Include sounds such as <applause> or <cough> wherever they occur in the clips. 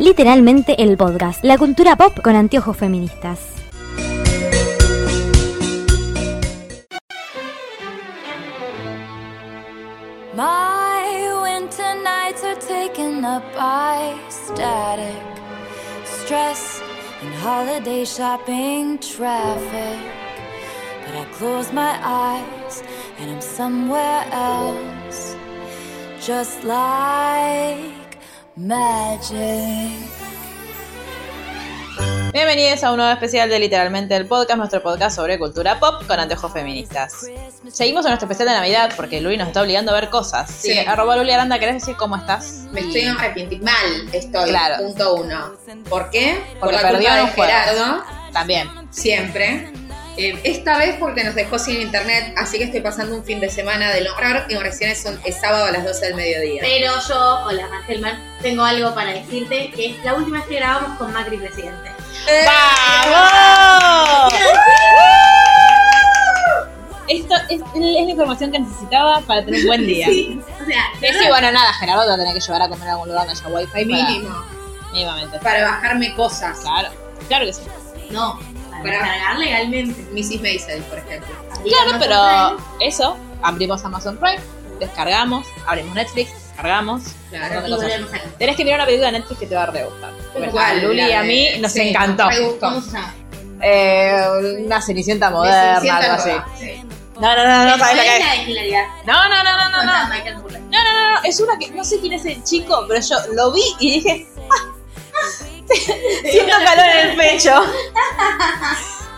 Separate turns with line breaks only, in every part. literalmente el podcast, la cultura pop con anteojos feministas.
My winter nights are taken up by static, stress, and holiday shopping traffic. But I close my eyes and I'm somewhere else, just like magic.
Bienvenidos a un nuevo especial de Literalmente el Podcast, nuestro podcast sobre cultura pop con anteojos feministas. Seguimos en nuestro especial de Navidad porque Luis nos está obligando a ver cosas. Sí.
Sí.
Arroba Luli Aranda, ¿querés decir cómo estás?
Me estoy arrepintiendo. Mal estoy,
Claro.
punto uno. ¿Por qué? Por
Porque
la
perdió
culpa
en
de
un juego.
Gerardo,
También.
siempre. Eh, esta vez porque nos dejó sin internet, así que estoy pasando un fin de semana de horror y recién es, un- es sábado a las 12 del mediodía.
Pero yo, hola Marcelman, tengo algo para decirte, que es la última vez que grabamos con Macri presidente.
Eh,
¡Vamos! Esto es, es la información que necesitaba para tener un buen día.
Sí, o sea,
Sí, sí, bueno, nada, Gerardo te va a tener que llevar a comer a algún lugar donde haya wifi. Mínimo.
Mínimo,
Mínimamente.
para bajarme cosas.
Claro. Claro que sí.
no, para
Para-
cargar legalmente.
Mrs. Maisel, por ejemplo.
Claro,
Amazon
pero eso, abrimos Amazon Prime, descargamos, abrimos Netflix, descargamos.
Claro.
Prime Y volvemos a
Tenés que mirar una película de Netflix que te va a re gustar. Porque
¿Cuál?
a Luli y a mí nos
Sí,
encantó.
Me gustó.
¿Cómo se llama?
Eh, una Cenicienta moderna,
Me siento
algo así.
nueva. Sí.
No, no, no, no, sabes lo que
es
es.
la de Hilaridad.
No, no, no, no, no, no.
Con Michael Burley.
No, no, no, no, es una que no sé quién es el chico, pero yo lo vi y dije, "Ah, ah, <laughs>
<laughs>
siento calor en el pecho.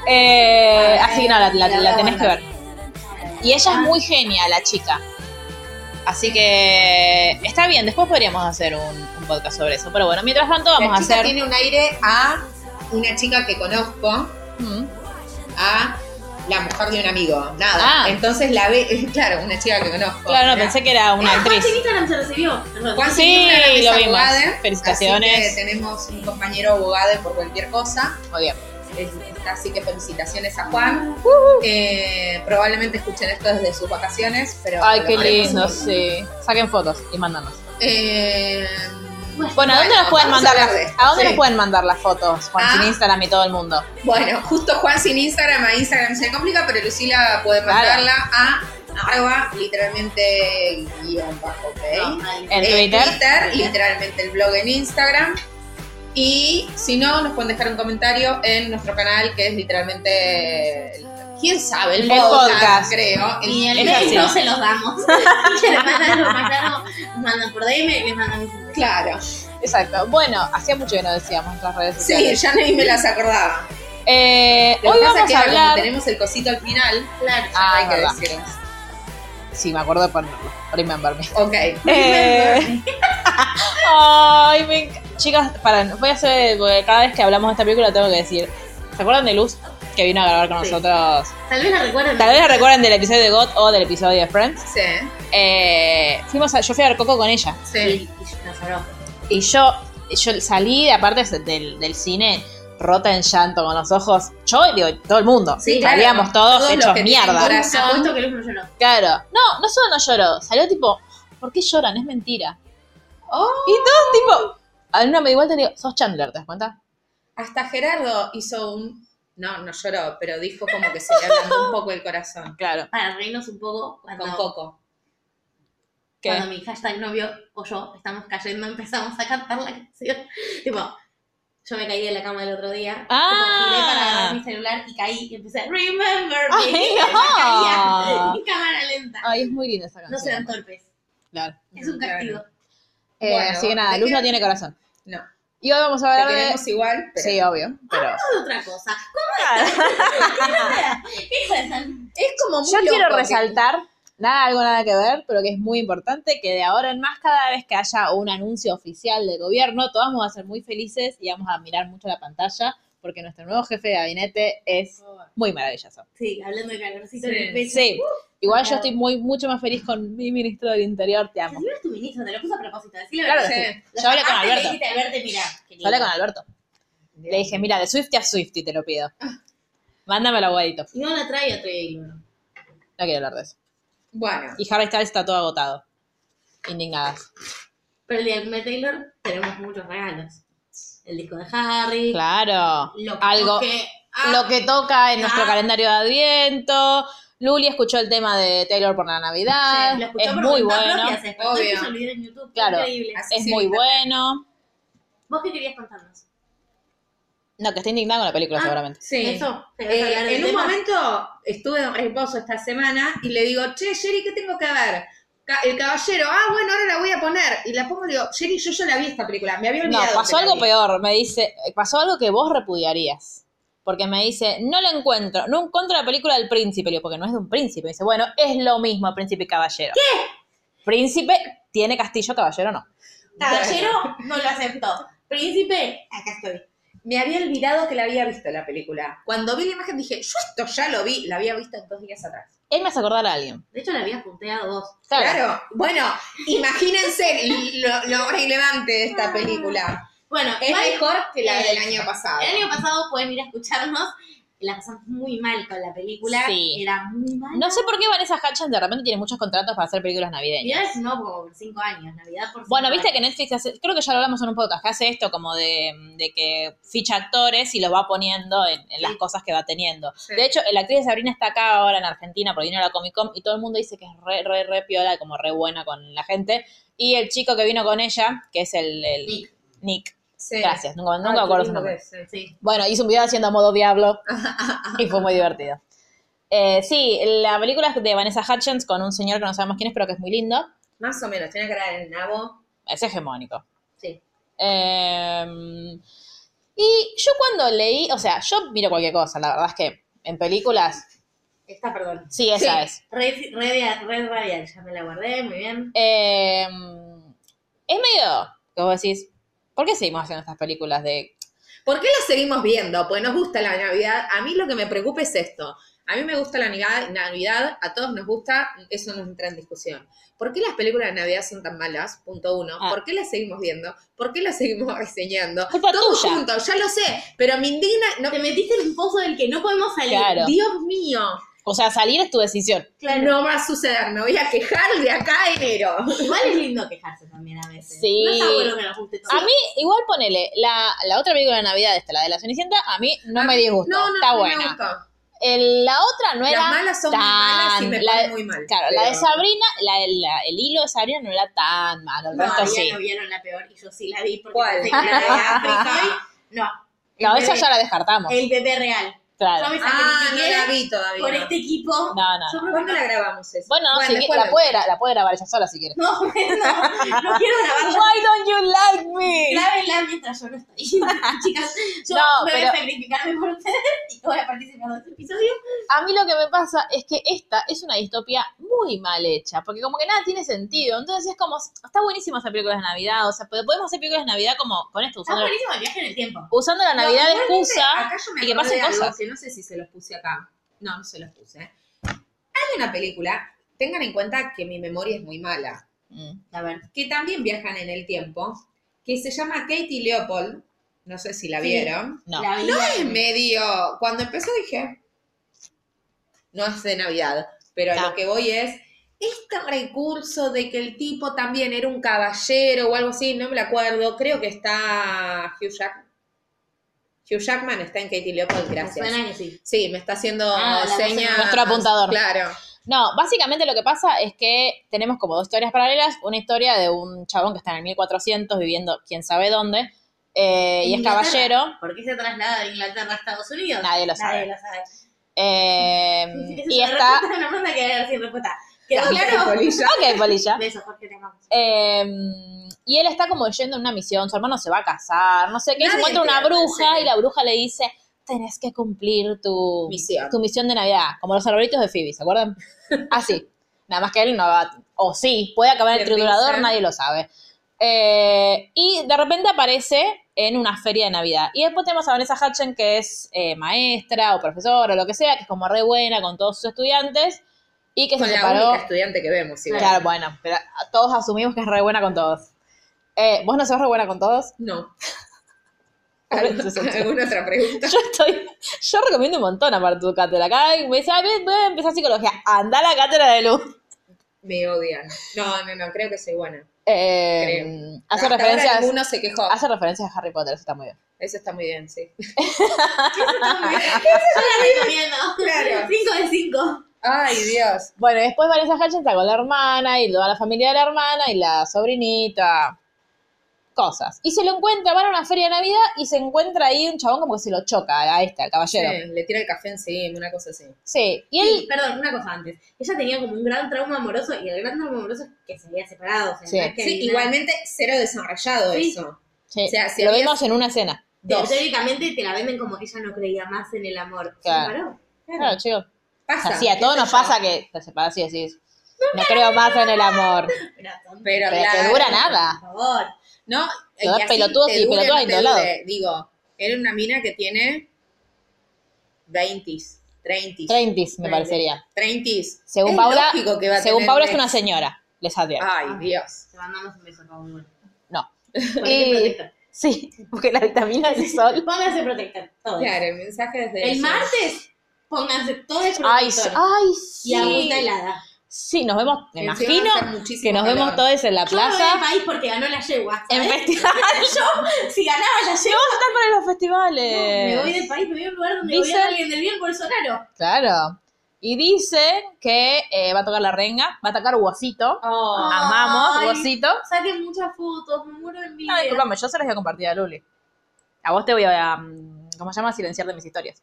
Eh, así que no, la, la- la tenés que ver. Y ella es muy genia, la chica. Así que está bien, después podríamos hacer un, un podcast sobre eso. Pero bueno, mientras tanto vamos
La
a
chica
hacer...
tiene un aire a una chica que conozco,
Mm.
a la mujer de un amigo. Nada.
Ah.
Entonces la ve, claro, una chica que conozco.
Claro, no, pensé que era una
Ah,
actriz.
Juan Instagram se recibió. Perdón.
Juan
Sí,
Silvina Grande es
lo vimos.
abogada,
Felicitaciones.
así que tenemos un compañero abogado por cualquier cosa.
Muy bien.
Es- está- Así que felicitaciones a Juan. Eh, probablemente escuchen esto desde sus vacaciones, pero.
Ay,
lo
qué
haremos.
lindo, sí. Saquen fotos y mándanos.
Eh,
Bueno, ¿a dónde nos pueden
vamos a
mandar las,
hablar de esto,
¿a dónde
sí.
nos pueden mandar las fotos? Juan,
Ah.
sin Instagram y todo el mundo.
Bueno, justo Juan sin Instagram, a Instagram se le complica, pero Lucila puede mandarla a arroba literalmente guión bajo, ¿ok? Eh,
No, ahí.
En Twitter.
literalmente el blog en Instagram. Y si no, nos pueden dejar un comentario en nuestro canal que es literalmente. ¿Quién sabe? El
El
podcast,
podcast.
creo.
Y el
Es
mail
así.
no se los damos. <laughs> Si les mandan, los mandaron, mandan por DM y les mandan un
Claro.
Exacto. Bueno, hacía mucho que no decíamos nuestras redes
Sí,
sociales.
ya ni me las acordaba.
Eh,
Lo
hoy
que pasa es
vamos
que
a
ahora como
hablar.
tenemos el cosito al final,
Claro.
ya no
Ah,
hay que
verdad.
decirlas.
Sí, me acuerdo de ponerlo. Remember
<laughs>
me.
Ok.
Eh, <laughs> Ay, me enc- Chicas, paren, voy a hacer. porque Cada vez que hablamos de esta película tengo que decir. ¿Se acuerdan de Luz? Que vino a grabar con
Sí.
nosotros.
Tal vez la recuerden.
Tal vez la recuerden del episodio de God o del episodio de Friends.
Sí,
Eh, fuimos a, yo fui a ver Coco con ella.
sí.
Y, y nos habló.
Y yo, yo salí, aparte del, del cine, rota en llanto con los ojos. Yo, digo, todo el mundo.
Sí, claro.
Salíamos todos,
Todos los
hechos
que tienen
mierda.
corazón.
Por supuesto que Luz no lloró.
Claro. No, no solo no lloró. Salió tipo, ¿por qué lloran? Es mentira.
Oh.
Y todos tipo, a una me di vuelta y le digo, sos Chandler, ¿te das cuenta?
Hasta Gerardo hizo un. No, no lloró, pero dijo como que se le ablandó un poco el corazón.
Claro.
Para reírnos un poco cuando,
Con Coco.
¿Qué?
cuando mi hashtag novio o yo estamos cayendo, <laughs> empezamos a cantar la canción. Tipo, yo me caí de la cama el otro día.
Ah.
Tipo, giré para agarrar mi celular y caí y empecé Remember me.
Ay,
<laughs> Y me
no.
caía en cámara lenta.
Ay, es muy linda esa
No
canción.
sean torpes.
Claro.
Es un castigo.
Eh,
Bueno,
así que nada,
¿te
Luz no
queda-
tiene corazón.
No.
Y hoy vamos a
Te
hablar de...
queremos igual, pero.
Sí, obvio. Pero...
Hablamos de otra cosa. <laughs> ¿Qué cuentan?
Es como muy
Yo
loco
quiero
que-
resaltar, nada, algo nada que ver, pero que es muy importante, que de ahora en más, cada vez que haya un anuncio oficial del gobierno, todos vamos a ser muy felices y vamos a mirar mucho la pantalla, porque nuestro nuevo jefe de gabinete es muy maravilloso.
Sí, hablando de calorcito en el
Sí,
pecho.
Sí, igual yo estoy muy mucho más feliz con mi ministro del Interior, te amo.
Encima es tu ministro, te lo puse a propósito. Decirle
Claro que
Sí.
sí. Yo hablé con
Antes
Alberto.
Le dijiste a Alberto, mira.
Yo hablé con Alberto. Le dije, mira, de Swifty a Swifty te lo pido. Mándamelo aguadito.
Y no la trae a Taylor.
No quiero hablar de eso.
Bueno,
Y Harry Styles está todo agotado. Indignadas.
Pero el día de Taylor tenemos muchos regalos. el disco de Harry.
Claro.
Lo que
Algo.
toque. Ah,
lo que toca en nuestro
ah.
calendario de Adviento. Luli escuchó el tema de Taylor por la Navidad.
sí, Eh, lo escuchó
es
por
muy
cuenta
bueno.
propia, se descargó y
Obvio.
puso el video en YouTube.
Claro.
Increíble.
Así.
Es
Sí,
muy
también.
bueno.
¿Vos qué querías contarnos?
No, que está indignada con la película,
Ah,
seguramente.
Sí.
Eso. ¿Te vas a
Eh,
hablar del
en un
tema?
momento estuve en reposo esta semana y le digo, che, Jerry, ¿qué tengo que ver? Ca- El caballero, ah, bueno, ahora la voy a poner. Y la pongo y le digo, Jerry, yo ya la vi esta película, me había
No,
olvidado.
pasó
que la
algo
vi".
peor. Me dice, pasó algo que vos repudiarías. Porque me dice, no la encuentro, no encuentro la película del príncipe. Le digo, porque no es de un príncipe. Me dice, bueno, es lo mismo, príncipe y caballero. ¿Qué? Príncipe tiene castillo, caballero no.
Caballero no lo aceptó. Príncipe, acá estoy.
Me había olvidado que la había visto la película. Cuando vi la imagen dije, yo esto ya lo vi, la había visto dos días atrás.
Él me hace acordar a alguien.
De hecho, la había punteado vos.
Claro.
Claro, bueno, imagínense lo, lo relevante de esta película.
Bueno,
Es
igual-
mejor que la
eh,
del año pasado.
El año pasado pueden ir a escucharnos. La pasamos muy mal con la película.
Sí.
Era muy mal.
No sé por qué Vanessa Hutchins de repente tiene muchos contratos para hacer películas navideñas.
Navidad es no por cinco años. Navidad por cinco
Bueno, viste que
años.
Netflix hace, creo que ya lo hablamos en un podcast, que hace esto como de, de que ficha actores y los va poniendo en, en las
Sí.
cosas que va teniendo.
Sí.
De hecho, la actriz de Sabrina está acá ahora en Argentina porque vino a la Comic Con y todo el mundo dice que es re, re, re piola, como re buena con la gente. Y el chico que vino con ella, que es el, el-
Nick. Ah,
Nick.
Sí.
Gracias, nunca,
Ay,
nunca me
qué
acuerdo su
lindo
nombre.
que es, sí.
Sí.
Bueno, hizo un video haciendo modo diablo y fue muy divertido. Eh, sí, la película es de Vanessa Hutchins con un señor que no sabemos quién es, pero que es muy lindo.
Más o menos, tiene cara de nabo.
Es hegemónico.
Sí.
Eh, y yo cuando leí, o sea, yo miro cualquier cosa, la verdad es que en películas,
Esta, perdón.
sí, esa es.
Red, Red, Red Radial, ya me la guardé, muy bien.
Eh, es medio, como decís, ¿por qué seguimos haciendo estas películas de...
¿Por qué la seguimos viendo? Pues nos gusta la Navidad. A mí lo que me preocupa es esto. A mí me gusta la Navidad, Navidad, a todos nos gusta, eso no entra en discusión. ¿Por qué las películas de Navidad son tan malas? Punto uno.
Ah.
¿Por qué las seguimos viendo? ¿Por qué las seguimos <laughs> reseñando?
Culpa
Todos
tuya.
juntos, ya lo sé, pero me indigna. No,
Te metiste en un pozo del que no podemos salir.
Claro.
Dios mío,
O sea, salir es tu decisión.
no va a suceder, me voy a quejar de acá a enero.
Igual es lindo quejarse también a veces.
Sí.
No está bueno que nos guste todo.
A mí, igual ponele, la, la otra película de Navidad, esta, la de la Cenicienta, a mí no
A
me
mí-
disgustó,
No, no,
está
no
buena.
me gustó.
El- la otra no
Las
era
malas son muy
tan...
malas y me
la-
ponen muy mal,
Claro, la de
pero-
Sabrina, la, la- el hilo de Sabrina no era tan malo, el
No,
resto
ya
sí.
no vieron la peor y yo sí la vi porque
¿Cuál?
pensé que era de África.
<laughs>
No. El
No, esa
bebé-
ya la descartamos.
El bebé real.
claro.
Yo me
Ah, Eh, no
sacrifiqué
la vi todavía.
por este equipo.
No, no, no.
Yo creo que
¿Cuándo
no-
la grabamos esa?
Bueno, si
después
quiere- la,
la-
puede, gra- la puede grabar ella sola si quiere.
No,
<laughs>
no, no <laughs> quiero grabarla.
Why don't you like me?
Grábenla mientras yo no estoy. <laughs> Chicas, yo
No,
me voy
pero-
a sacrificarme por ustedes y no voy a participar de este episodio.
A mí lo que me pasa es que esta es una distopía muy mal hecha, porque como que nada tiene sentido. Entonces es como, está buenísima hacer películas de Navidad, o sea, pod- podemos hacer películas de Navidad como con esto,
Está
usando,
buenísimo el viaje en el tiempo.
usando la Navidad de
igualmente,
excusa.
acá yo me
y que
acordé
pasen
de algo
cosas.
que no sé si se los puse acá. No, no se los puse. Hay una película, tengan en cuenta que mi memoria es muy mala,
Mm.
A ver.
que también viajan en el tiempo, que se llama Katie Leopold. No sé si la
Sí.
vieron.
No.
La
No
vida.
es medio. Cuando empezó dije. No es de Navidad, pero
Ah.
lo que voy es. Este recurso de que el tipo también era un caballero o algo así, no me lo acuerdo. Creo que está Hugh Jackman. Hugh Jackman está en Katie Leopold, gracias.
Suena que sí.
Sí, me está haciendo
Ah, la
señas.
voz-
Nuestro apuntador.
Claro.
No, básicamente lo que pasa es que tenemos como dos historias paralelas. Una historia de un chabón que está en el 1400 viviendo quién sabe dónde, eh, y es
Inglaterra.
caballero.
¿Por qué se traslada de Inglaterra a Estados Unidos?
Nadie lo sabe.
Nadie lo sabe.
Eh,
Esa
y
es una
está...
respuesta, una pregunta que era sin respuesta. ¿Quedó
Viste,
claro?
polilla.
Ok, polilla.
Besos, Jorge, te amamos.
Eh, y él está como yendo en una misión, su hermano se va a casar, no sé qué, y se
Nadie
encuentra una
entiende,
bruja
sí.
y la bruja le dice, tenés que cumplir tu
Misión.
tu misión de Navidad, como los arbolitos de Phoebe, ¿se
<laughs>
acuerdan? Así, nada más que él no va, o sí, puede acabar en el
Qué
triturador,
risa.
nadie lo sabe. Eh, y de repente aparece en una feria de Navidad. Y después tenemos a Vanessa Hutchins, que es eh, maestra o profesora o lo que sea, que es como re buena con todos sus estudiantes y que
Con
se
la
separó.
única estudiante que vemos, igual.
Claro, bueno, pero todos asumimos que es re buena con todos. Eh, ¿Vos no sos re buena con
<laughs>
todos?
No.
<laughs> Eso es otro.
<laughs> ¿Alguna otra
<laughs>
pregunta?
Yo estoy, yo recomiendo un montón aparte tu cátedra. Cada vez que me dice, "Ay, ven, voy a empezar psicología. Anda a la cátedra de luz.
Me odian. No, no, no, creo que soy buena.
Eh, hace,
Hasta ahora
referencias,
Ninguno se quejó.
hace referencias a Harry Potter, eso está muy bien.
Eso está muy bien, sí.
<laughs>
Yo la recomiendo.
Claro.
5 de 5.
Ay, Dios.
Bueno, y después Vanessa Hudgens está con la hermana y toda la familia de la hermana y la sobrinita. Cosas. Y se lo encuentra, van a una feria de Navidad y se encuentra ahí un chabón como que se lo choca a este, al caballero.
Sí, le tira el café encima, una cosa así.
Sí, y
Sí,
él.
perdón, una cosa antes. Ella tenía como un gran trauma amoroso y el gran trauma amoroso es que se había separado. O sea,
Sí.
no es que
Sí,
ni nada.
igualmente cero desarrollado
Sí.
eso.
sí,
O sea, si
lo
habías-
vemos en una escena.
Te-
Dos.
Teóricamente te la venden como ella no creía más en el amor. Se
Claro.
separó.
Claro, chicos.
Pasa.
Así, a todos
qué sé
nos
yo.
pasa que te separas y decís, no creo más en el amor.
Pero, tonto,
Pero,
Pero
claro,
que dura
por
nada.
favor.
No,
Te das pelotudos
te
y
dure,
pelotudas
no
de
te
todos
dure.
lados.
Digo, era una mina que tiene 20s, 30s.
30 me parecería.
30s.
Según
Es
Paula,
lógico que va a
según
tener
Paula es
ex. Ah.
una señora, les advierto.
Ay, Dios.
Te mandamos un beso, Paul.
<laughs>
No.
Póngase
Y-
protector.
Sí, porque la vitamina del
<laughs>
sol.
Pónganse protector. todos.
Claro, el mensaje desde
El
eso.
martes, pónganse todo el
Ay, sí,
protector.
ay,
y agüita
sí.
helada.
Sí, nos vemos, me
Encima
imagino
va a hacer muchísimo
que nos
calor.
vemos todos en la
Yo me voy del
plaza.
país porque ganó la yegua.
En
¿sabes?
festival.
<laughs> Yo, si ganaba la
Sí,
yegua,
vamos a estar para los festivales.
me voy del país, me voy a un lugar donde voy
Dicen-
a alguien del bien Bolsonaro.
Claro. Y dice que eh, va a tocar la renga, va a atacar Guasito.
Oh,
Amamos,
Ay.
Guasito.
Saquen muchas fotos, me muero de envidia.
Ay, disculpame, yo se las voy a compartir a Luli. A vos te voy a, um, ¿cómo se llama? Silenciar de mis historias.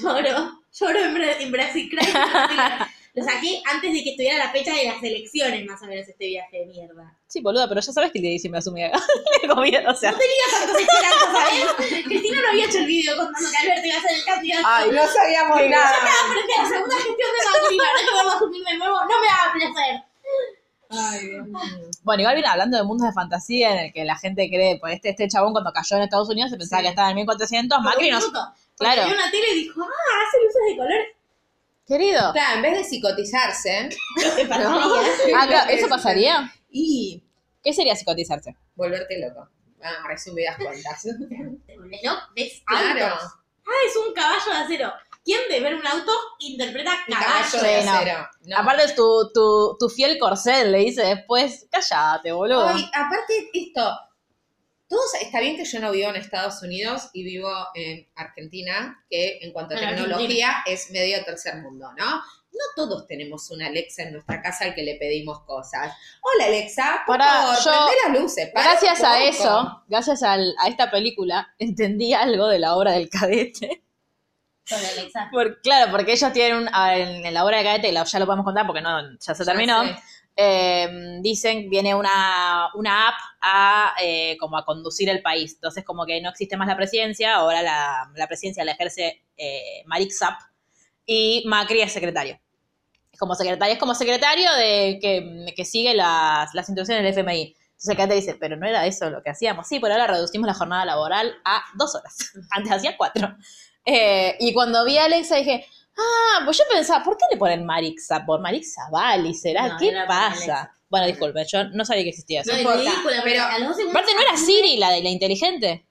Lloro, lloro en, Bra- en Brasil. Crack. Lo saqué antes de que estuviera la fecha de las elecciones, más o menos, este viaje de mierda. <laughs>
Sí, boluda, pero ya sabes que el de diciembre asume <laughs> el gobierno, o sea.
Tantas esperanzas, ¿sabes? Cristina no había hecho el vídeo contando que Alberto iba a ser el candidato.
no sabíamos nada.
Frente a la segunda gestión de Macri, la verdad que vamos a asumir de nuevo, no me va a placer.
Ay, Dios mío.
Bueno, igual viene hablando de mundos de fantasía en el que la gente cree, pues este, este chabón cuando cayó en Estados Unidos se pensaba
Sí.
que estaba en 1400, Macri
Por
no...
un minuto. Porque
Claro.
vio una tele y dijo, ah, hace luces de color.
<laughs> Querido.
Claro, en vez de psicotizarse.
¿Qué
<laughs>
pasaría?
Ah, claro, ¿eso pasaría?
Y
¿Qué sería psicotizarse?
volverte loco. Ah, resumidas <laughs> cuentas.
Te volvés loco, ves
Claro.
autos. Ah, es un caballo de acero. ¿Quién de ver un auto interpreta
Un
caballo?
caballo de
Sí, no.
acero. No.
Aparte tu, tu, tu fiel corcel le dice después, cállate, boludo.
Ay, aparte, esto. Todos, está bien que yo no vivo en Estados Unidos y vivo en Argentina, que en cuanto a
Bueno,
tecnología es medio tercer mundo, ¿no? No todos tenemos una Alexa en nuestra casa al que le pedimos cosas. Hola Alexa, por
Pará,
favor,
yo-
prende las luces. para un
Gracias a
poco.
eso, gracias al- a esta película, entendí algo de la obra del cadete.
Sobre Alexa.
Por- claro, porque ellos tienen un- a- en, en la obra del cadete, la- ya lo podemos contar porque no, ya se
Ya
terminó.
sé.
eh, dicen viene una, una app a eh, como a conducir el país. Entonces, como que no existe más la presidencia, ahora la, la presidencia la ejerce eh, Marik Zap y Macri es secretario. Es como secretario, es como secretario de que, que sigue las, las instrucciones del FMI. Entonces acá te dice, pero no era eso lo que hacíamos. Sí, por ahora reducimos la jornada laboral a dos horas. <laughs> Antes hacía cuatro. Eh, y cuando vi a Alexa dije, ah, pues yo pensaba, ¿por qué le ponen Marixa? Por Marixa Vali, ¿será?
No,
¿Qué
era por Alexa.
pasa? Bueno, disculpe, yo no sabía que existía eso.
No, es
importa.
ridícula, pero
Pero-
a los dos segundos.
Aparte, ¿no era Siri la de la inteligente?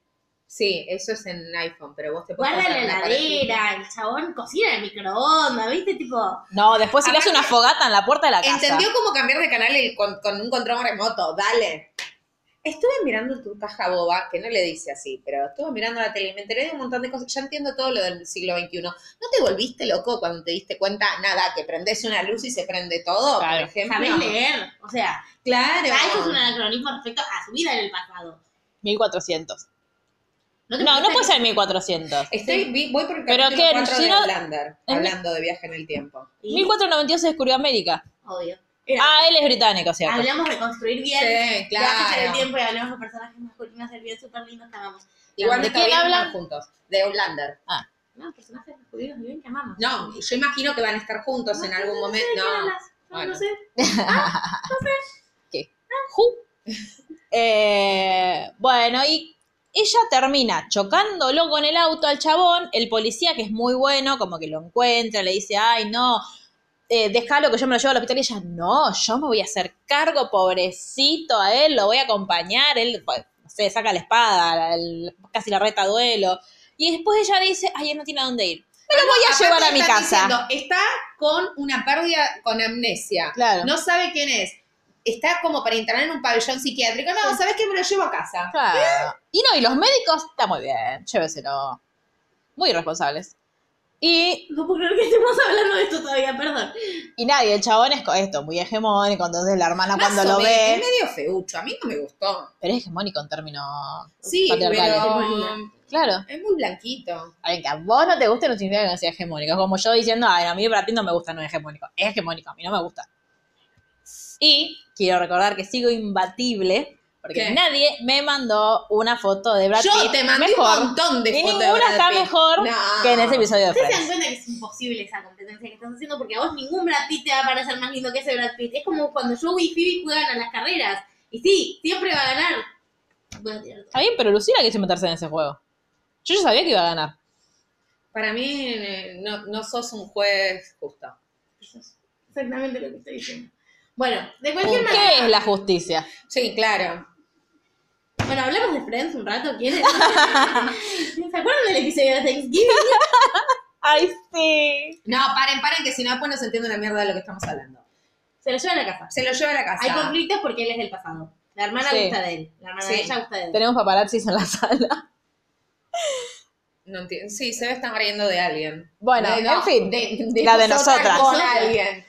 Sí, eso es en iPhone, pero vos te podés
Guarda la
comprar una paletita.
heladera, el chabón cocina en el microondas, ¿viste? Tipo,
No, después si le hace una fogata en la puerta de la casa.
Entendió cómo cambiar de canal el- con, con un control remoto, dale. Estuve mirando tu caja boba, que no le dice así, pero estuve mirando la tele y me enteré de un montón de cosas. Ya entiendo todo lo del siglo XXI. ¿No te volviste loco cuando te diste cuenta, nada, que prendés una luz y se prende todo,
Claro.
por ejemplo?
sabés leer. O sea,
Claro.
ah, eso es un anacronismo respecto a su vida en el pasado.
1400.
te
No, no
parece
puede
que-
ser 1400.
Estoy, vi- voy por el
Pero
capítulo
que,
4
si
de
no-
Outlander, hablando de viaje en el tiempo.
Y-
1492 se descubrió América.
Obvio. Era-
Ah, él es británico, ¿cierto?
hablamos de construir bien.
Sí,
de viajes en el
claro.
tiempo y hablamos de personajes masculinos del bien súper lindos que amamos.
Igual
¿De
que
quién
todavía no
hablan?
están juntos. De Outlander.
No, personajes masculinos del bien que amamos.
No, yo imagino que van a estar juntos en algún momento.
No,
No.
no,
Bueno.
sé.
Ju. Eh, bueno, y ella termina chocándolo con el auto al chabón. El policía, que es muy bueno, como que lo encuentra, le dice, ay, no, eh, déjalo que yo me lo llevo al hospital. Y ella, no, yo me voy a hacer cargo, pobrecito, a él, lo voy a acompañar. Él, bueno, no sé, saca la espada, la- el- casi la reta a duelo. Y después ella dice, ay, él no tiene a dónde ir. Me lo voy a
Aparte
llevar a mi
están
casa.
diciendo, está con una pérdida, con amnesia.
Claro.
No sabe quién es. está como para internar en un pabellón psiquiátrico. No, ¿sabes qué? Me lo llevo a casa.
Claro. Y no, y los médicos, está muy bien, lléveselo. Muy responsables. Y,
No puedo creer que estemos hablando de esto todavía, perdón.
y nadie, el chabón es co- esto, muy hegemónico, entonces la hermana
Más
cuando
o
lo
menos,
ve...
Es medio feucho. A mí no me gustó.
Pero es hegemónico en términos...
Sí,
Patriarcal.
pero
Claro.
es muy blanquito.
Alguien que a vos no te guste no significa que no sea hegemónico. Es como yo diciendo, ay, a mí Brad Pitt no me gusta, no es hegemónico. Es hegemónico, a mí no me gusta. Y quiero recordar que sigo imbatible, porque
¿Qué?
nadie me mandó una foto de Brad
Yo
Pitt
te mandé
mejor.
un montón de
y
fotos. de
ninguna
Brad
está
Pitt.
mejor
No.
que en ese episodio de
Ustedes se dan
Friends.
cuenta que es imposible esa competencia que estás haciendo porque a vos ningún Brad Pitt te va a parecer más lindo que ese Brad Pitt. Es como cuando Joey y Phoebe juegan a las carreras. Y sí, siempre va a ganar. Voy a tirar todo.
Está bien, pero Lucila quiso meterse en ese juego. Yo ya sabía que iba a ganar.
Para mí, eh, no, no sos un juez justo.
Eso es exactamente lo que estoy diciendo. Bueno, de cualquier manera.
¿Qué es la justicia?
Sí, claro.
Bueno, hablamos de Friends un rato, ¿quieren? <laughs> ¿Se acuerdan del episodio de Thanksgiving?
¡Ay, sí!
No, paren, paren, que si no, después no se entiende una mierda de lo que estamos hablando.
Se lo llevan a casa.
Se lo lleva a la casa.
Hay conflictos porque él es del pasado. La hermana
Sí.
gusta de él. La hermana
Sí.
de ella gusta de él.
Tenemos paparazzis en la <laughs> sala.
No entiendo. Sí, se están riendo de alguien.
Bueno,
De- no,
en fin,
de- de
la de
nosotras
nosotras.
Con
Nosotras.
alguien.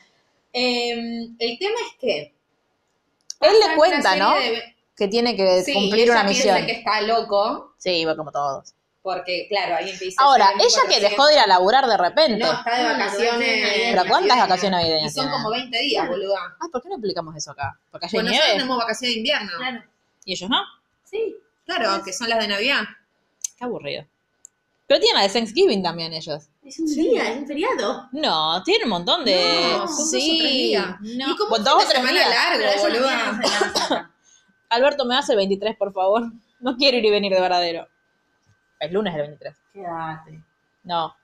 Eh, el tema es que.
Él le
una
cuenta,
serie
¿no?
de-
Que tiene que
Sí,
cumplir
ella
una
piensa
misión.
que está loco,
Sí, va como todos.
porque, claro, alguien te dice.
Ahora,
"Soy el
ella que
400".
dejó de ir a laburar de repente. Ah,
No, está de
No, no,
vacaciones.
vacaciones
¿Pero cuántas vacaciones
Y
navideñas
son
tienen?
como 20 días, boluda.
Ah, ¿por qué no explicamos eso acá? Porque ayer
Bueno,
nieve
nosotros tenemos vacaciones de invierno.
Claro. Pues
y ellos no.
Sí.
Claro, que son las de Navidad.
Qué aburrido. Pero tienen la de Thanksgiving también ellos.
Es un día, es un feriado.
No, tienen un montón de...
No, son dos o tres
Eh, sí.
días.
No.
¿Y cómo
Bueno,
un
dos
fin
o
de
tres
semana
días.
largo,
Pero ellos no
boluda?
tienen feriados acá.
Alberto, me das el 23, por favor. No quiero ir y venir de varadero. El lunes el 23.
<laughs> Quédate.
No,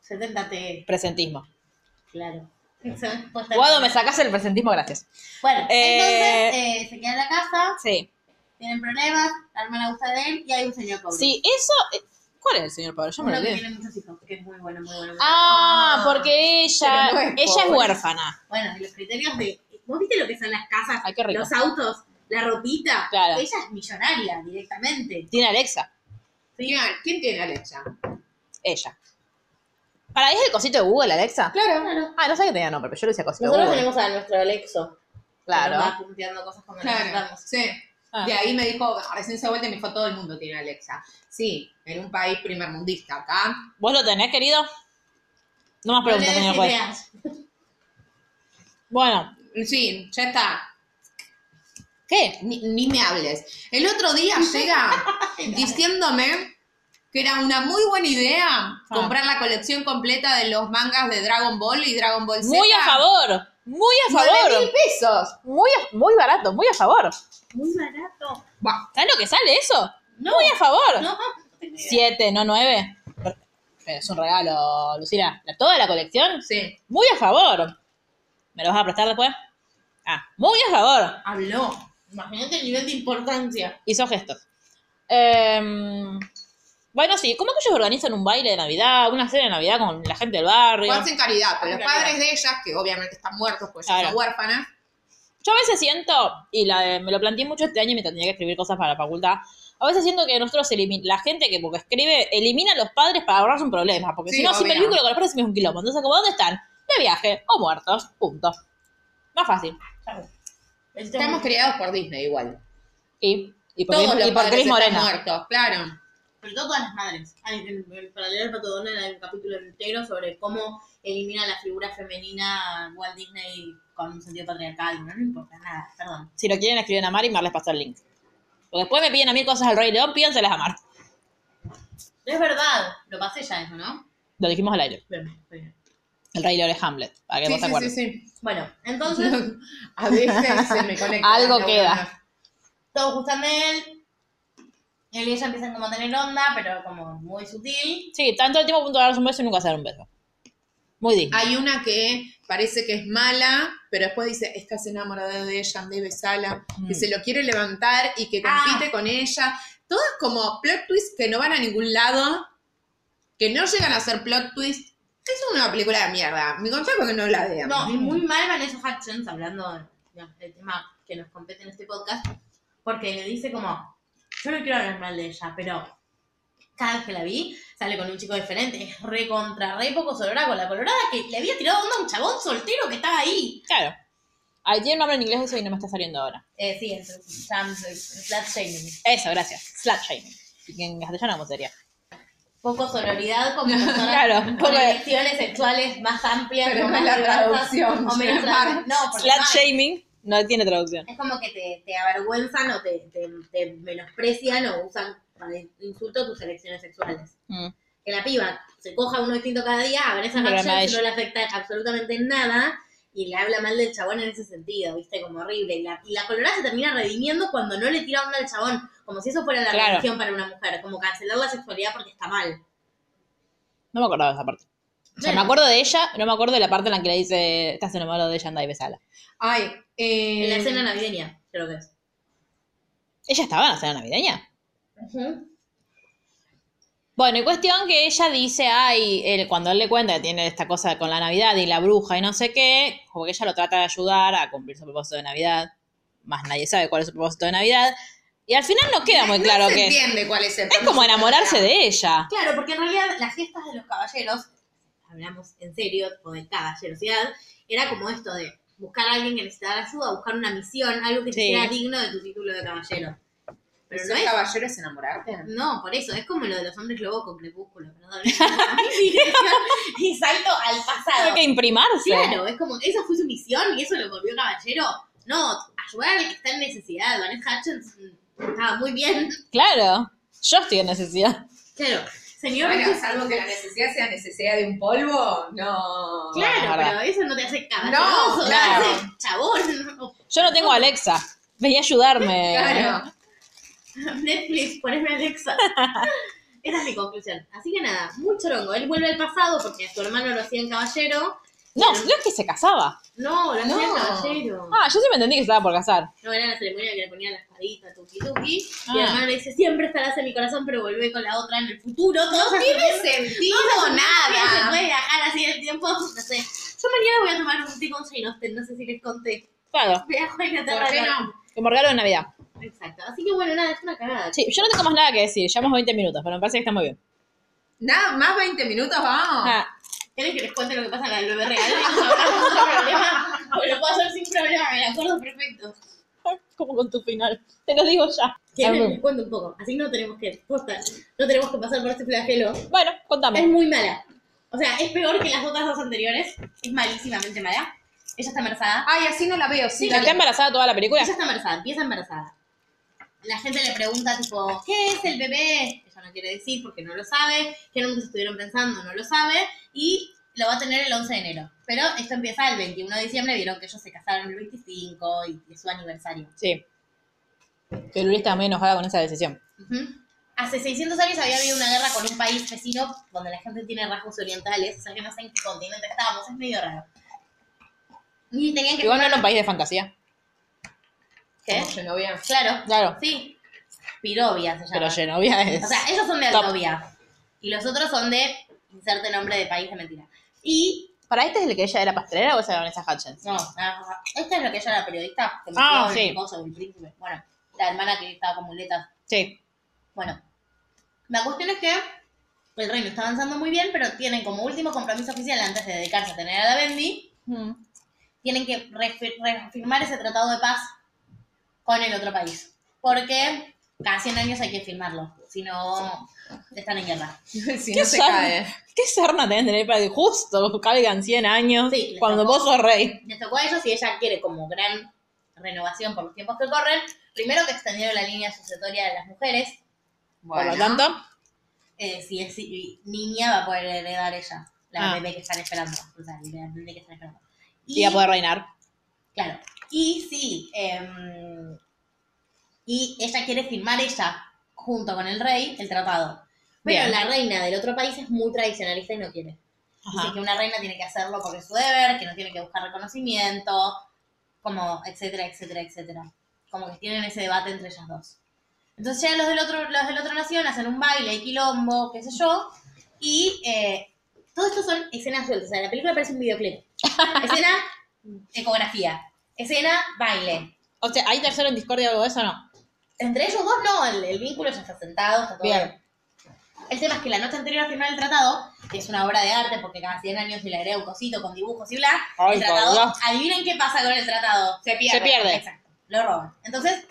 Seténtate.
presentismo.
Claro. Exacto.
Guado, me sacas el presentismo, gracias.
Bueno,
Eh,
entonces eh, se queda en la casa,
Sí.
tienen problemas, la hermana gusta de él y hay un señor pobre.
Sí, eso... eh, ¿Cuál es el señor Pablo? Yo me
Uno
lo
que
olvidé.
tiene muchos hijos, que es muy bueno, muy bueno. muy
Ah, porque ella...
pero no es
ella es
pobre.
huérfana.
bueno. Bueno, y los criterios de. ¿Vos viste lo que son las casas,
Ay, qué rico.
los autos, la ropita?
Claro.
Ella es millonaria directamente.
Tiene Alexa.
Señor, ¿quién tiene Alexa?
Ella. ¿Para ahí es el cosito de Google, Alexa?
Claro, claro.
Ah, no sabía que tenía nombre, pero yo le decía cosito de
Nosotros
Google.
tenemos a nuestro Alexo. Que nos
Claro.
va punteando cosas cuando nos
Claro,
vamos.
sí.
Ah.
De ahí me dijo, recién se vuelta y me dijo, todo el mundo tiene Alexa. Sí, en un país primermundista acá.
¿Vos lo tenés, querido? No más preguntas,
No le
señor
des
juez.
ideas.
Bueno,
Sí, ya está.
¿qué?
Ni, ni me hables. El
<laughs>
otro día llega diciéndome que era una muy buena
Ah.
idea comprar la colección completa de los mangas de Dragon Ball y Dragon Ball Z.
Muy a favor. Muy a
mil
favor.
pesos!
Muy, a- muy barato, muy a favor.
Muy barato.
Buah,
¿Sabes lo que sale eso?
No.
Muy a favor.
No, no tengo idea.
Siete, no nueve. Pero es un regalo, Lucila. ¿La- ¿Toda la colección?
sí.
Muy a favor. ¿Me lo vas a prestar después? Ah, muy a favor.
Habló.
Imagínate el nivel de importancia.
hizo gestos. Em, bueno, sí, ¿cómo que ellos organizan un baile de Navidad, una cena de Navidad con la gente del barrio?
Juan en caridad, pero los
Caridad.
padres de ellas, que obviamente están muertos porque
Claro.
ellas son huérfanas,
Yo a veces siento, y la- me lo planteé mucho este año mientras tenía que escribir cosas para la facultad, a veces siento que nosotros, elimi- la gente que porque escribe, elimina a los padres para ahorrarse un problema, porque
Sí,
si no, siempre el
obvio.
vínculo con los padres siempre es un quilombo. Entonces, como, ¿dónde están? De viaje, o muertos, punto. Más fácil.
estamos criados por Disney igual.
Y, y por,
Todos
Cris-
los
y por
padres
Cris
están
Morena.
muertos, claro.
sobre todo todas las madres. Hay, en, en paralelo al Pato Donald hay un capítulo entero sobre cómo elimina la figura femenina Walt Disney con un sentido patriarcal. No, no importa nada, perdón.
Si lo quieren, escriben a Mar y Mar les pasó el link. Porque después me piden a mí cosas al Rey León, pídanselas a Mar.
No es verdad, lo pasé ya eso, ¿no?
Lo dijimos al aire.
Bien, bien.
El Rey León es Hamlet, para que
Sí,
vos te
sí, sí,
acuerdes.
sí.
Bueno,
<laughs>
entonces,
A veces se me conecta.
Algo
la
queda.
neurona.
todos gustan de él. Él y ella empiezan como a tener onda, pero como muy sutil.
Sí, tanto el tiempo a punto de darse un beso y nunca se dar un beso. Muy Disney.
Hay una que parece que es mala, pero después dice, estás enamorado de ella, andé besala,
Mm.
que se lo quiere levantar y que
Ah.
compite con ella. Todas como plot twists que no van a ningún lado, que no llegan a ser plot twists. Es una película de mierda. Me contá porque no la vean.
No, y muy mal Vanessa Hutchins hablando digamos, el tema que nos compete en este podcast, porque dice como, yo no quiero hablar mal de ella, pero cada vez que la vi, sale con un chico diferente, es re contra, re poco solora con la colorada, que le había tirado onda a un chabón soltero que estaba ahí.
Claro. Ahí tiene un nombre en inglés eso y no me está saliendo ahora.
Eh, sí, entonces, Sam, eh, Slut Shaming.
Eso, gracias. Slut shaming. Y que En castellano, ¿cómo sería?
Poco sororidad
<laughs>
con personas
Claro, un
con
poco de-
elecciones sexuales más amplias,
Pero
con
no es
más
la
diversas,
traducción,
o menos
Mar.
tra- No, porque
Slut
Mar-
shaming no tiene traducción.
Es como que te, te avergüenzan o te, te, te menosprecian o usan para insulto tus elecciones sexuales.
Mm.
Que la piba se coja uno distinto cada día, a Vanessa
Pero no
Hudgens
es-
no le afecta absolutamente nada y le habla mal del chabón en ese sentido, ¿viste? Como horrible. Y la, y la colorada se termina redimiendo cuando no le tira onda al chabón, como si eso fuera la
Claro.
religión para una mujer, como cancelar la sexualidad porque está mal.
No me acordaba de esa parte. O sea,
Bueno.
me acuerdo de ella, no me acuerdo de la parte en la que le dice, estás enamorado de ella, anda y besala.
Ay, eh,
En la escena navideña, creo que es.
¿Ella estaba en la cena navideña? Bueno, y cuestión que ella dice, ay, él, cuando él le cuenta que tiene esta cosa con la Navidad y la bruja y no sé qué, como que ella lo trata de ayudar a cumplir su propósito de Navidad, más nadie sabe cuál es su propósito de Navidad, y al final no queda muy
no
claro
se
qué es.
entiende cuál es el
Es como enamorarse de ella.
Claro, porque en realidad las fiestas de los caballeros, hablamos en serio, o de caballerosidad, era como esto de buscar a alguien que necesitara ayuda, buscar una misión, algo que
Sí.
te sea digno de tu título de caballero. Pero
¿Pero
no es.
caballero es enamorarte?
No, por eso, es como lo de los hombres lobo con crepúsculo, perdón. A mí mi misión- y salto al pasado.
Hay que imprimarse.
Claro, es como, esa fue su misión y eso lo volvió caballero. No, ayudar al que está en necesidad. Vanessa Hutchins mm, estaba muy bien.
Claro. Yo estoy en necesidad.
Claro, señor.
Bueno, salvo que la necesidad sea necesidad de un polvo, no.
la
Claro,
verdad.
pero eso no te hace
No,
caballeroso, te
claro.
hace chabón.
Yo no tengo Alexa. Vení a ayudarme.
Claro.
Netflix,
<laughs>
poneme Alexa. Esa es mi conclusión. Así que nada, muy chorongo. Él vuelve al pasado porque a su hermano lo hacía en caballero.
No, creo que se casaba.
No, lo hacía en
No.
caballero.
Ah, yo sí me entendí que estaba por casar.
No, era la ceremonia que le ponían la espadita, tuki tuki. Y
Ah.
el hermano le dice, siempre estarás en mi corazón, pero volvé con la otra en el futuro. Todos
No
asumiendo-
tiene sentido
todos asumiendo que Se
nada.
puede viajar así el tiempo, no sé. Yo mañana voy a tomar un té con Jane Austen, no sé si les conté.
Claro.
Viajo a Inglaterra.
¿Por qué
no?
no?
Como regalo de Navidad.
Exacto. Así que bueno, nada, es una cagada.
Sí, yo no tengo más nada que decir. Llevamos 20 minutos, pero me parece que está muy bien.
Nada, más 20 minutos, vamos.
Ah,
¿Quieren que les cuente lo que pasa en el bebé real? Pues lo puedo hacer sin problema, me acuerdo perfecto.
como con tu final. Te lo digo ya.
¿Quieren que
Algo.
les cuente un poco? Así no tenemos que, posta, no tenemos que pasar por este flagelo.
Bueno,
Es
contame.
muy mala. O sea, es peor que las otras dos anteriores. Es malísimamente mala. Ella está embarazada.
Ay, así no la veo, sí.
¿Está embarazada toda la película?
Ella está embarazada, empieza embarazada. La gente le pregunta, tipo, ¿qué es el bebé? Ella no quiere decir porque no lo sabe. ¿Qué nombres estuvieron pensando? No lo sabe. Y lo va a tener el 11 de enero. Pero esto empieza el 21 de diciembre. Vieron que ellos se casaron el 25 y es su aniversario.
Sí. Que Luli está muy enojada con esa decisión.
Ujú. Hace 600 años había habido una guerra con un país vecino donde la gente tiene rasgos orientales. O sea que no sé en qué continente estábamos. Es medio raro. Y tenían que...
Igual no era un país de fantasía.
¿Qué?
Genovia.
Claro.
Claro.
Sí. Pirovia se llama.
Pero Genovia es.
O sea, ellos son de
Top.
Aldovia. Y los otros son de. Inserte nombre de país de mentira. Y.
¿Para este es el que ella era pastelera o esa era Vanessa Hutchins?
No, nada más. Esta es lo que ella era periodista. Que
Ah,
metió
sí.
el coso del príncipe. Bueno, la hermana que estaba con muletas.
Sí.
Bueno. La cuestión es que. El reino está avanzando muy bien, pero tienen como último compromiso oficial antes de dedicarse a tener a la Bendy.
Mm.
tienen que refi- refirmar ese tratado de paz con el otro país. Porque cada 100 años hay que firmarlo, si no están en guerra.
<laughs> Si
¿Qué,
no se
sarna-
cae.
¿Qué sarna tenés que tener para que justo caigan 100 años
Sí, les
cuando vos sos rey?
Les tocó a ellos y ella quiere como gran renovación por los tiempos que corren. Primero que extendieron la línea sucesoria de las mujeres.
Por lo tanto,
eh, si es si- niña va a poder heredar ella, la
Ah.
bebé que están esperando. O sea, la bebé que están esperando.
y a poder reinar.
Claro. Y sí, em, y ella quiere firmar ella, junto con el rey, el tratado. Pero
Bien.
la reina del otro país es muy tradicionalista y no quiere. Dice
Ajá.
que una reina tiene que hacerlo porque es su deber, que no tiene que buscar reconocimiento, como etcétera, etcétera, etcétera. Como que tienen ese debate entre ellas dos. Entonces llegan los del otro, los del otro nación, hacen un baile, quilombo, qué sé yo, y eh, todo esto son escenas sueltas. O sea, la película parece un videoclip. Escena, ecografía. escena, baile.
O sea, ¿hay tercero en Discordia o algo de eso no?
Entre ellos dos no, el, el vínculo ya está sentado, está todo
Bien.
bien. El tema es que la noche anterior a firmar el tratado, que es una obra de arte porque cada 100 años se le agrega un cosito con dibujos y bla,
Ay,
el
por
tratado,
Dios.
adivinen qué pasa con el tratado. Se
pierde. Se pierde.
Exacto, lo roban. Entonces,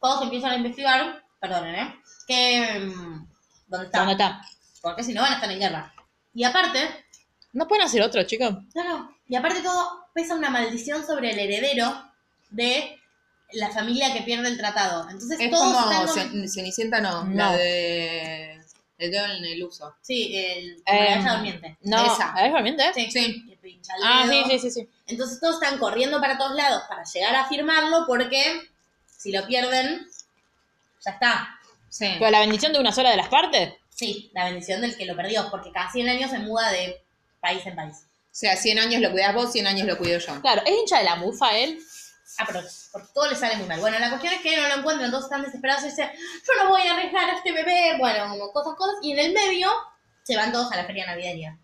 todos empiezan a investigar, perdonen, ¿eh? Que, mm, ¿Dónde está?
¿Dónde está?
Porque si no van a estar en guerra. Y aparte,
¿No pueden hacer otro, chicos?
no, no. Y aparte todo pesa una maldición sobre el heredero de la familia que pierde el tratado. Entonces
Es
todos
como
están con-
Cen- Cenicienta, no,
No.
la de El dedo en el uso.
Sí, el
Eh,
la Bella durmiente.
No.
Esa.
¿Es realmente?
Sí.
Sí.
El pincha al
Ah, sí,
dedo.
sí, sí, sí.
Entonces todos están corriendo para todos lados para llegar a firmarlo porque si lo pierden, ya está.
Sí.
¿Pero la bendición de una sola de las partes?
Sí, la bendición del que lo perdió, porque cada 100 años se muda de país en país.
O sea, 100 años lo cuidas vos, 100 años lo cuido yo.
Claro, ¿es hincha de la mufa él?
Ah, pero porque todo le sale muy mal. Bueno, la cuestión es que no lo encuentran, todos están desesperados y dicen, yo no voy a arriesgar a este bebé, bueno, como cosas, cosas. Y en el medio se van todos a la feria navideña.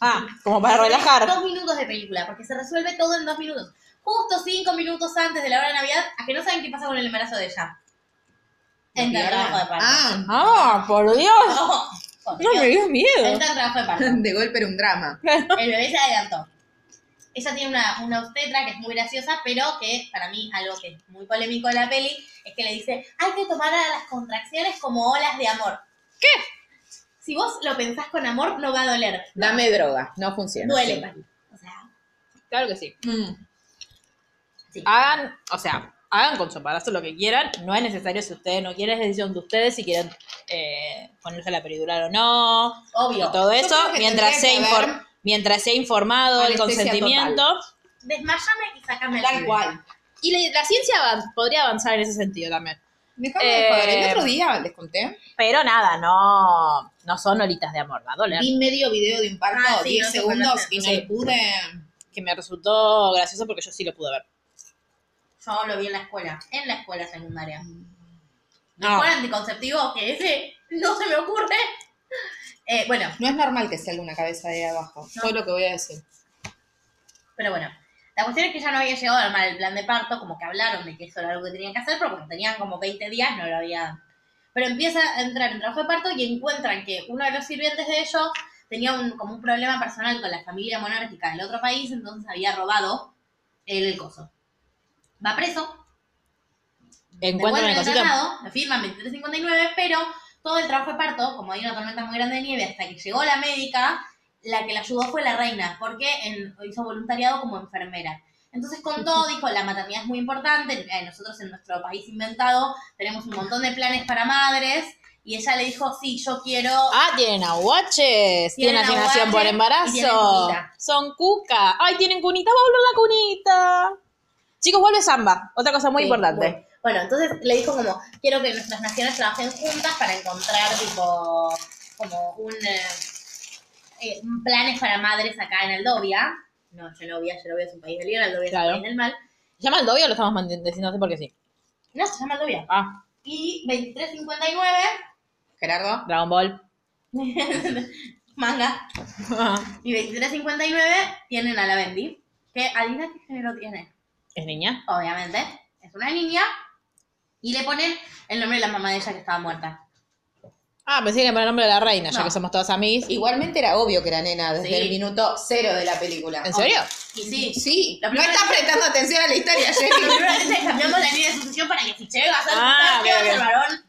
Ah, como para relajar.
Dos minutos de película, porque se resuelve todo en dos minutos. Justo cinco minutos antes de la hora de Navidad, a que no saben qué pasa con el embarazo de ella. Entra en trabajo de parto.
Ah, <laughs>
Ah, por Dios.
<laughs> Ojo, ojo,
No me dio miedo.
Entra en trabajo de parto.
de golpe era un drama.
El bebé se adelantó. Ella tiene una, una obstetra que es muy graciosa, pero que para mí algo que es muy polémico de la peli es que le dice, hay que tomar a las contracciones como olas de amor.
¿Qué?
Si vos lo pensás con amor, no va a doler.
Dame droga, no funciona.
Duele.
Sí.
Pali. O sea,
Claro que sí.
Mm,
sí.
Hagan, o sea, hagan con su embarazo lo que quieran. No es necesario si ustedes no quieren, es decisión de ustedes si quieren eh, ponerse la peridural o no.
Obvio.
Y todo eso,
creo que
mientras sea,
tendría que
infor-
haber
mientras sea informado el
anestesia
consentimiento.
Desmayame y sacame el
Tal
bebé.
cual.
Y la, la ciencia avan- podría avanzar en ese sentido también.
Déjame
Eh,
de joder. El otro día les conté.
Pero nada, no, no son holitas de amor, va a doler.
Vi medio video de un parto,
Ah, sí,
10
no se
segundos,
conoce.
y no
Sí.
le pude.
Que me resultó gracioso porque yo sí lo pude ver.
Yo lo vi en la escuela, en la escuela secundaria.
No.
Con anticonceptivo, que ese no se me ocurre. Eh, bueno,
No es normal que salga una cabeza de ahí abajo.
No.
Todo lo que voy a decir.
Pero bueno, la cuestión es que ya no había llegado a armar el plan de parto, como que hablaron de que eso era algo que tenían que hacer, pero como tenían como 20 días no lo había... Pero empieza a entrar en trabajo de parto y encuentran que uno de los sirvientes de ellos tenía un, como un problema personal con la familia monárquica del otro país, entonces había robado el, el coso. Va preso,
Encuentran el
Devuelven
cosito.
tratado, lo firman 2359, pero todo el trabajo de parto, como hay una tormenta muy grande de nieve, hasta que llegó la médica, la que la ayudó fue la reina, porque en- hizo voluntariado como enfermera. Entonces contó, dijo, la maternidad es muy importante, eh, nosotros en nuestro país inventado tenemos un montón de planes para madres, y ella le dijo, sí, yo quiero...
Ah, tienen aguaches, tienen,
Tienen
asignación por
aguaches y tienen
embarazo.
cunita.
Son cuca. Ay, tienen cunita, va a volver la cunita. Chicos, vuelve samba. Otra cosa muy
Sí,
importante.
bueno. Bueno, entonces le dijo como, quiero que nuestras naciones trabajen juntas para encontrar tipo como un eh, eh, un planes para madres acá en Aldovia. No, Genovia, Genovia es un país del bien, Aldovia
Claro.
es un país del mal.
¿Se llama el novio o lo estamos manteniendo así porque sí?
No, se llama Aldovia.
Ah,
Y 2359,
Gerardo,
Dragon Ball.
<laughs>
<laughs>
manga. Y 2359 tienen a la Bendy, que adivina qué género tiene.
¿Es niña?
Obviamente, es una niña. Y le ponen el nombre de la mamá de ella que estaba muerta.
Ah, pensé que por el nombre de la reina, ya
No.
que somos todas amigas.
igualmente era obvio que era nena desde
Sí.
el minuto cero de la película.
¿En serio?
Y sí,
Sí,
La
no
primera-
está prestando atención a la
<laughs>
historia,
Pero
Jenny.
Probablemente cambiamos la línea de sucesión para que si llega a ser
Ah,
mujer,
ok,
llega a ser
ok.
varón.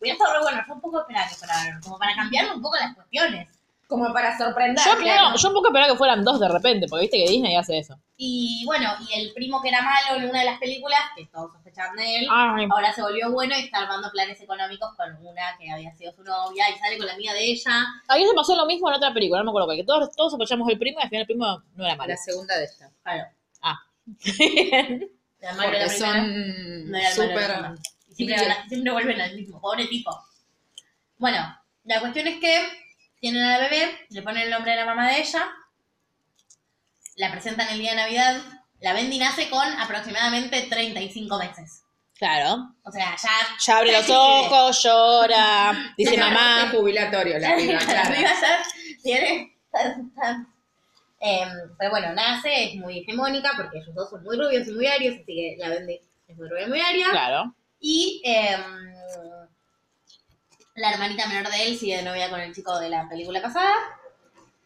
Hubiera estado re bueno, yo un poco esperaba que fuera varón, como para cambiar un poco las cuestiones.
Como para sorprender.
Yo,
claro.
no, yo un poco esperaba que fueran dos de repente, porque viste que Disney hace eso.
Y bueno, y el primo que era malo en una de las películas, que todos sospechaban de él,
Ay,
ahora se volvió bueno y está armando planes económicos con una que había sido su novia y sale con la amiga de ella.
a mí se pasó lo mismo en otra película, no me acuerdo cuál, que todos, todos sospechamos del primo y al final el primo no era malo.
La segunda de esta.
Claro,
Ah.
la madre de
Porque
la primera.
son
No era el malo de
súper.
la mamá. Y siempre, hablan- siempre vuelven al mismo, pobre tipo. Bueno, la cuestión es que tienen a la bebé, le ponen el nombre de la mamá de ella, la presentan el día de Navidad, la Bendy nace con aproximadamente 35 meses.
Claro.
O sea, ya...
Ya abre
<laughs>
los ojos, llora, dice
Tiene
mamá.
<laughs>
arte jubilatorio la
La
piba,
piba
claro.
ya tiene... tan- tan- Eh, pero bueno, nace, es muy hegemónica porque ellos dos son muy rubios y muy arios, así que la Bendy es muy rubia y muy aria.
Claro.
Y eh, la hermanita menor de él sigue de novia con el chico de la película pasada.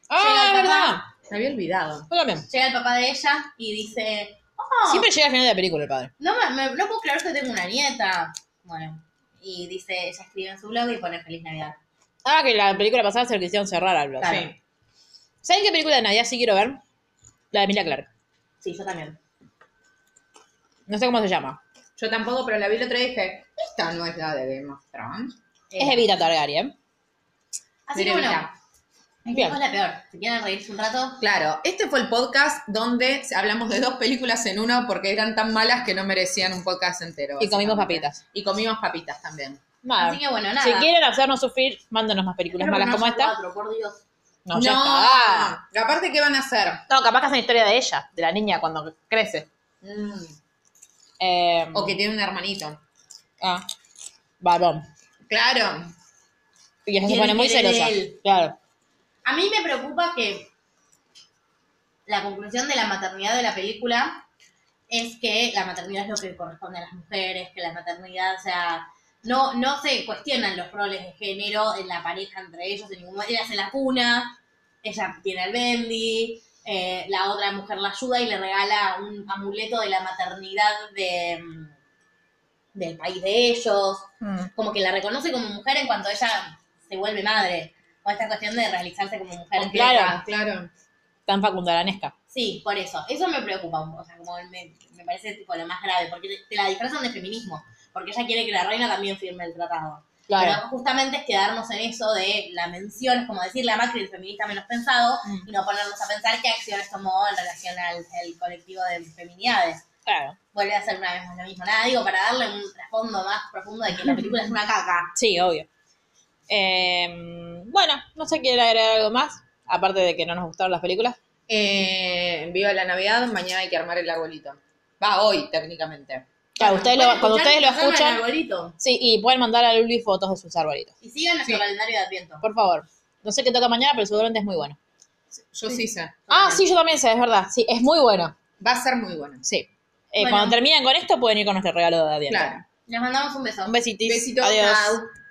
¡Ah,
Llega el
verdad!
papá.
Me había olvidado.
Yo también.
Llega el papá de ella y dice, oh,
Siempre llega al final de la película el padre.
no, me- me- no puedo creer que tengo una nieta. Bueno, y dice, ella escribe en su blog y pone Feliz Navidad.
Ah, que la película pasada se lo quisieron cerrar al blog.
Claro.
Sí. ¿Saben qué película de Navidad sí quiero ver? La de Emilia Clark.
Sí, yo también.
No sé cómo se llama.
Yo tampoco, pero la vi la otra vez y dije, esta no es la de Game of Thrones.
Eh,
Es Evita Targaryen.
Así
Pero
que bueno,
mira.
es
Bien.
la peor. Si quieren reírse un rato,
Claro, este fue el podcast donde hablamos de dos películas en una porque eran tan malas que no merecían un podcast entero.
Y comimos
básicamente.
papitas.
Y comimos papitas también.
Nada.
Así que bueno, nada.
Si quieren hacernos sufrir, mándanos más películas
Espero que
malas
no
como
haya
esta.
cuatro, por Dios.
No, ya está.
Aparte, ¿qué van a hacer?
No, capaz que hacen historia de ella, de la niña cuando crece.
Mm,
Eh,
O que tiene un hermanito.
Ah. Varón.
Claro.
Y ella se
Tiene
pone muy
que querer
celosa.
él.
Claro.
A mí me preocupa que la conclusión de la maternidad de la película es que la maternidad es lo que corresponde a las mujeres, que la maternidad, o sea, no, no se cuestionan los roles de género en la pareja entre ellos, en ningún momento. Ella hace la cuna, ella tiene al bendy, eh, la otra mujer la ayuda y le regala un amuleto de la maternidad de, mm, del país de ellos como que la reconoce como mujer en cuanto ella se vuelve madre. O esta cuestión de realizarse como mujer.
Claro.
Ah, Claro.
Tan facundaranesca.
Sí, por eso. Eso me preocupa. O sea, como me, me parece tipo lo más grave. Porque te, te la disfrazan de feminismo. Porque ella quiere que la reina también firme el tratado.
Claro.
Pero justamente es quedarnos en eso de la mención, es como decirle a Macri el feminista menos pensado,
Mm.
y no ponernos a pensar qué acciones tomó en relación al al colectivo de feminidades
Claro.
vuelve a hacer una vez más lo mismo. Nada, digo, para darle un trasfondo más profundo de que la película es una caca.
Sí, obvio. Eh, bueno, no sé, ¿quieren agregar algo más? Aparte de que no nos gustaron las películas.
Eh, viva la Navidad, mañana hay que armar el arbolito. Va hoy, técnicamente.
Claro, Ah, ustedes lo-
Pueden
cuando ustedes lo
escuchar el programa del
escuchan,
arbolito.
sí, y pueden mandar a Luli fotos de sus arbolitos.
Y sigan nuestro
Sí.
calendario de Adviento.
Por favor. No sé qué toca mañana, pero seguramente es muy bueno.
Yo sí, sé.
Ah, sí, yo también sé, es verdad. Sí, es muy bueno.
Va a ser muy bueno.
Sí. Eh,
Bueno.
Cuando terminen con esto, pueden ir con nuestro regalo de Adrián.
Claro.
Les mandamos un beso.
Un besitis.
Besitos.
Adiós.
chau.